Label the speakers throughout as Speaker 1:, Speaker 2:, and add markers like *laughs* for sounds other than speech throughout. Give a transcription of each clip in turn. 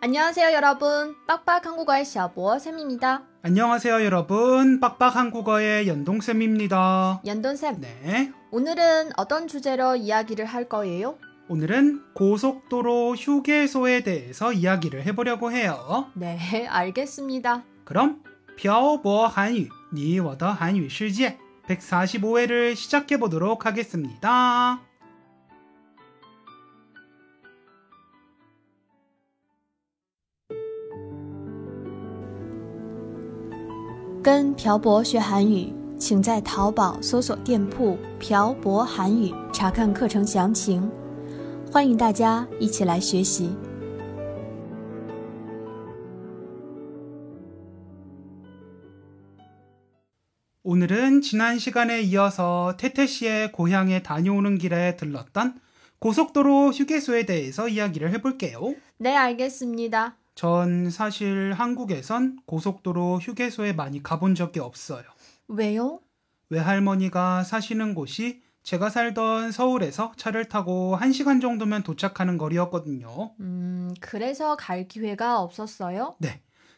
Speaker 1: 안녕하세요, 여러분. 빡빡 한국어의 샤보 쌤입니다.
Speaker 2: 안녕하세요 여러분 빡빡 한국어의 연동쌤입니다
Speaker 1: 연돈 쌤,
Speaker 2: 네
Speaker 1: 오늘은 어떤 주제로 이야기를 할 거예요?
Speaker 2: 오늘은 고속도로 휴게소에 대해서 이야기를 해보려고 해요
Speaker 1: 네, *laughs* 알겠습니다.
Speaker 2: 그럼 漂泊 한유 니워더 한유 실제 145회를 시작해보도록 하겠습니다
Speaker 1: 跟朴博学韩语，请在淘宝搜索店铺“朴博韩语”查看课程详情。欢迎大家一起来学习。
Speaker 2: 오늘은 지난 시간에 이어서 태태씨의 고향에 다녀오는 길에 들렀던 고속도로 휴게소에 대해서 이야기를 해볼게요
Speaker 1: 네, 알겠습니다.
Speaker 2: 전 사실 한국에선 고속도로 휴게소에 많이 가본 적이 없어요.
Speaker 1: 왜요?
Speaker 2: 외할머니가 사시는 곳이 제가 살던 서울에서 차를 타고 1시간 정도면 도착하는 거리였거든요.
Speaker 1: 음, 그래서 갈 기회가 없었어요?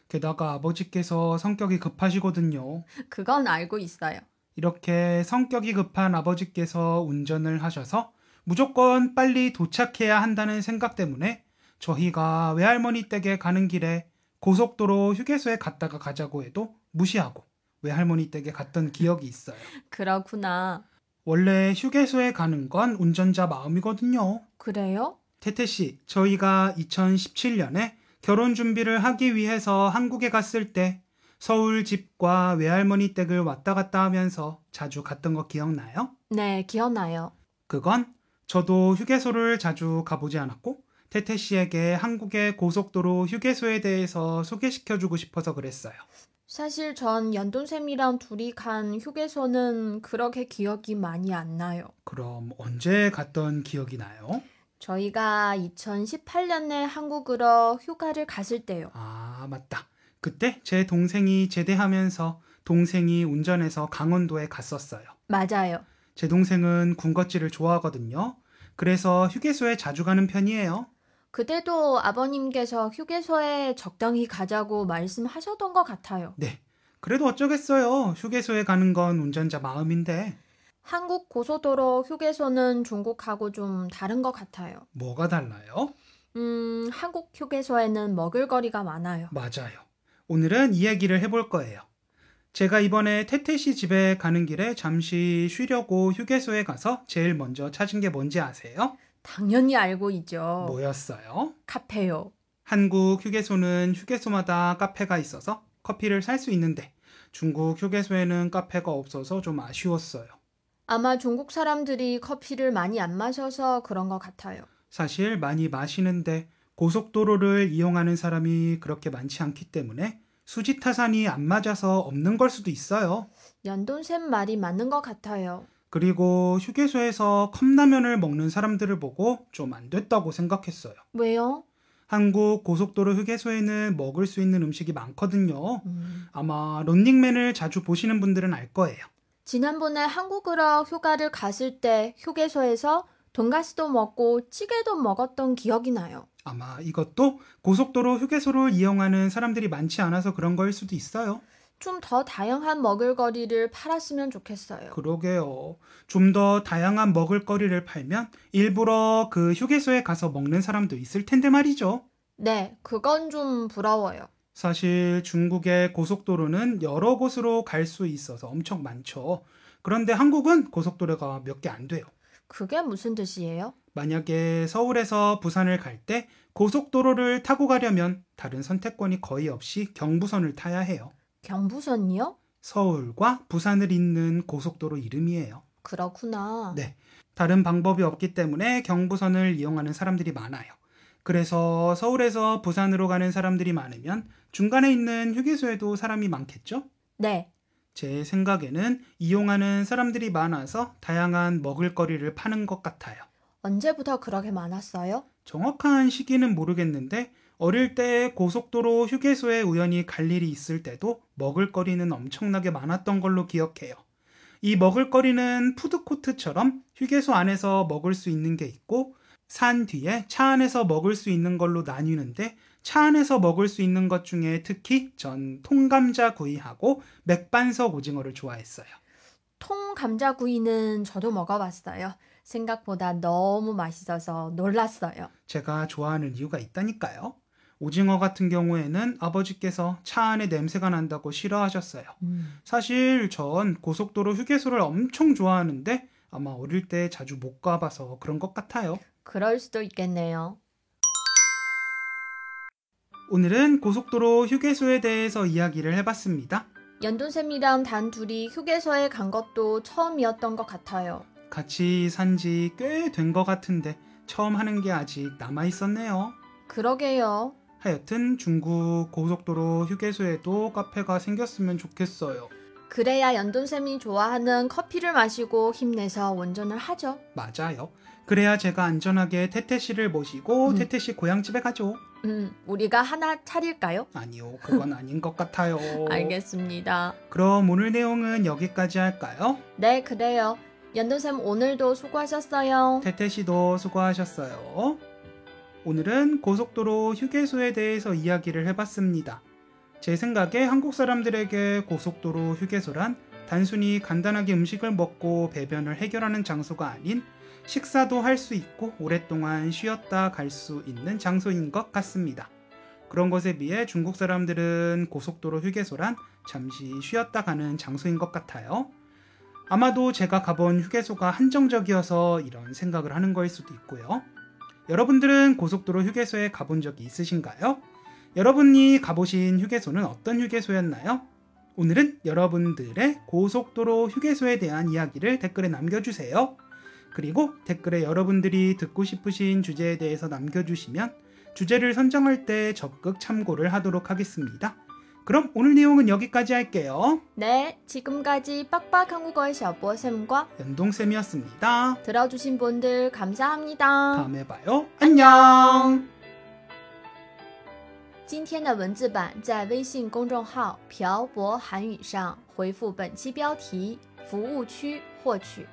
Speaker 2: 게다가 아버지께서 성격이 급하시거든요.
Speaker 1: 그건 알고 있어요.
Speaker 2: 이렇게 성격이 급한 아버지께서 운전을 하셔서 무조건 빨리 도착해야 한다는 생각 때문에 저희가 외할머니 댁에 가는 길에 고속도로 휴게소에 갔다가 가자고 해도 무시하고 외할머니 댁에 갔던 기억이 있어요.
Speaker 1: 그렇구나.
Speaker 2: 원래 휴게소에 가는 건 운전자 마음이거든요.
Speaker 1: 그래요?
Speaker 2: 태태 씨, 저희가 2017년에 결혼 준비를 하기 위해서 한국에 갔을 때 서울 집과 외할머니 댁을 왔다 갔다 하면서 자주 갔던 거 기억나요?
Speaker 1: 네, 기억나요.
Speaker 2: 그건 저도 휴게소를 자주 가보지 않았고 태태 씨에게 한국의 고속도로 휴게소에 대해서 소개시켜 주고 싶어서 그랬어요.
Speaker 1: 사실 전 연돈쌤이랑 둘이 간 휴게소는 그렇게 기억이 많이 안 나요.
Speaker 2: 그럼 언제 갔던 기억이 나요?
Speaker 1: 저희가 2018년에 한국으로 휴가를 갔을 때요.
Speaker 2: 아, 맞다. 그때 제 동생이 제대하면서 동생이 운전해서 강원도에 갔었어요.
Speaker 1: 맞아요.
Speaker 2: 제 동생은 군것질을 좋아하거든요. 그래서 휴게소에 자주 가는 편이에요.
Speaker 1: 그때도 아버님께서 휴게소에 적당히 가자고 말씀하셨던 것 같아요.
Speaker 2: 네. 그래도 어쩌겠어요. 휴게소에 가는 건 운전자 마음인데
Speaker 1: 한국 고속도로 휴게소는 중국하고 좀 다른 것 같아요.
Speaker 2: 뭐가 달라요?
Speaker 1: 음, 한국 휴게소에는 먹을거리가 많아요.
Speaker 2: 맞아요. 오늘은 이 얘기를 해볼 거예요. 제가 이번에 태태 씨 집에 가는 길에 잠시 쉬려고 휴게소에 가서 제일 먼저 찾은 게 뭔지 아세요?
Speaker 1: 당연히 알고 있죠.
Speaker 2: 뭐였어요?
Speaker 1: 카페요.
Speaker 2: 한국 휴게소는 휴게소마다 카페가 있어서 커피를 살 수 있는데 중국 휴게소에는 카페가 없어서 좀 아쉬웠어요.
Speaker 1: 아마 중국 사람들이 커피를 많이 안 마셔서 그런 것 같아요.
Speaker 2: 사실 많이 마시는데 고속도로를 이용하는 사람이 그렇게 많지 않기 때문에 수지 타산이 안 맞아서 없는 걸 수도 있어요.
Speaker 1: 연돈샘 말이 맞는 것 같아요.
Speaker 2: 그리고 휴게소에서 컵라면을 먹는 사람들을 보고 좀 안 됐다고 생각했어요.
Speaker 1: 왜요?
Speaker 2: 한국 고속도로 휴게소에는 먹을 수 있는 음식이 많거든요.
Speaker 1: 음,
Speaker 2: 아마 런닝맨을 자주 보시는 분들은 알 거예요.
Speaker 1: 지난번에 한국으로 휴가를 갔을 때 휴게소에서 돈가스도 먹고 찌개도 먹었던 기억이 나요.
Speaker 2: 아마 이것도 고속도로 휴게소를 이용하는 사람들이 많지 않아서 그런 거일 수도 있어요.
Speaker 1: 좀 더 다양한 먹을거리를 팔았으면 좋겠어요.
Speaker 2: 그러게요. 좀 더 다양한 먹을거리를 팔면 일부러 그 휴게소에 가서 먹는 사람도 있을 텐데 말이죠.
Speaker 1: 네, 그건 좀 부러워요.
Speaker 2: 사실 중국의 고속도로는 여러 곳으로 갈 수 있어서 엄청 많죠. 그런데 한국은 고속도로가 몇 개 안 돼요.
Speaker 1: 그게 무슨 뜻이에요?
Speaker 2: 만약에 서울에서 부산을 갈 때 고속도로를 타고 가려면 다른 선택권이 거의 없이 경부선을 타야 해요.
Speaker 1: 경부선이요?
Speaker 2: 서울과 부산을 잇는 고속도로 이름이에요.
Speaker 1: 그렇구나.
Speaker 2: 네. 다른 방법이 없기 때문에 경부선을 이용하는 사람들이 많아요. 그래서 서울에서 부산으로 가는 사람들이 많으면 중간에 있는 휴게소에도 사람이 많겠죠?
Speaker 1: 네,
Speaker 2: 제 생각에는 이용하는 사람들이 많아서 다양한 먹을거리를 파는 것 같아요.
Speaker 1: 언제부터 그렇게 많았어요?
Speaker 2: 정확한 시기는 모르겠는데 어릴 때 고속도로 휴게소에 우연히 갈 일이 있을 때도 먹을거리는 엄청나게 많았던 걸로 기억해요. 이 먹을거리는 푸드코트처럼 휴게소 안에서 먹을 수 있는 게 있고 산 뒤에 차 안에서 먹을 수 있는 걸로 나뉘는데 차 안에서 먹을 수 있는 것 중에 특히 전 통감자 구이하고 맥반석 오징어를 좋아했어요.
Speaker 1: 통 감자구이는 저도 먹어봤어요. 생각보다 너무 맛있어서 놀랐어요.
Speaker 2: 제가 좋아하는 이유가 있다니까요. 오징어 같은 경우에는 아버지께서 차 안에 냄새가 난다고 싫어하셨어요.
Speaker 1: 음,
Speaker 2: 사실 전 고속도로 휴게소를 엄청 좋아하는데 아마 어릴 때 자주 못 가봐서 그런 것 같아요.
Speaker 1: 그럴 수도 있겠네요.
Speaker 2: 오늘은 고속도로 휴게소에 대해서 이야기를 해봤습니다.
Speaker 1: 연돈쌤이랑 단 둘이 휴게소에 간 것도 처음이었던 것 같아요.
Speaker 2: 같이 산 지 꽤 된 것 같은데 처음 하는 게 아직 남아 있었네요.
Speaker 1: 그러게요.
Speaker 2: 하여튼 중국 고속도로 휴게소에도 카페가 생겼으면 좋겠어요.
Speaker 1: 그래야 연돈쌤이 좋아하는 커피를 마시고 힘내서 운전을 하죠.
Speaker 2: 맞아요. 그래야 제가 안전하게 태태 씨를 모시고
Speaker 1: 음.
Speaker 2: 태태 씨 고향집에 가죠.
Speaker 1: 음, 우리가 하나 차릴까요?
Speaker 2: 아니요, 그건 아닌
Speaker 1: *laughs*
Speaker 2: 것 같아요.
Speaker 1: 알겠습니다.
Speaker 2: 그럼 오늘 내용은 여기까지 할까요?
Speaker 1: 네, 그래요. 연돈쌤 오늘도 수고하셨어요.
Speaker 2: 태태 씨도 수고하셨어요. 오늘은 고속도로 휴게소에 대해서 이야기를 해봤습니다. 제 생각에 한국 사람들에게 고속도로 휴게소란 단순히 간단하게 음식을 먹고 배변을 해결하는 장소가 아닌 식사도 할 수 있고 오랫동안 쉬었다 갈 수 있는 장소인 것 같습니다. 그런 것에 비해 중국 사람들은 고속도로 휴게소란 잠시 쉬었다 가는 장소인 것 같아요. 아마도 제가 가본 휴게소가 한정적이어서 이런 생각을 하는 거일 수도 있고요. 여러분들은 고속도로 휴게소에 가본 적이 있으신가요? 여러분이 가보신 휴게소는 어떤 휴게소였나요? 오늘은 여러분들의 고속도로 휴게소에 대한 이야기를 댓글에 남겨주세요. 그리고 댓글에 여러분들이 듣고 싶으신 주제에 대해서 남겨주시면 주제를 선정할 때 적극 참고를 하도록 하겠습니다. 그럼 오늘 내용은 여기까지 할게요.
Speaker 1: 네, 지금까지 빡빡 한국어의 샤보쌤과
Speaker 2: 연동쌤이었습니다.
Speaker 1: 들어주신 분들 감사합니다.
Speaker 2: 다음에 봐요. 안녕.
Speaker 1: 今天的文字版在微信公众号“漂泊韩语”上回复本期标题“服务区”获取。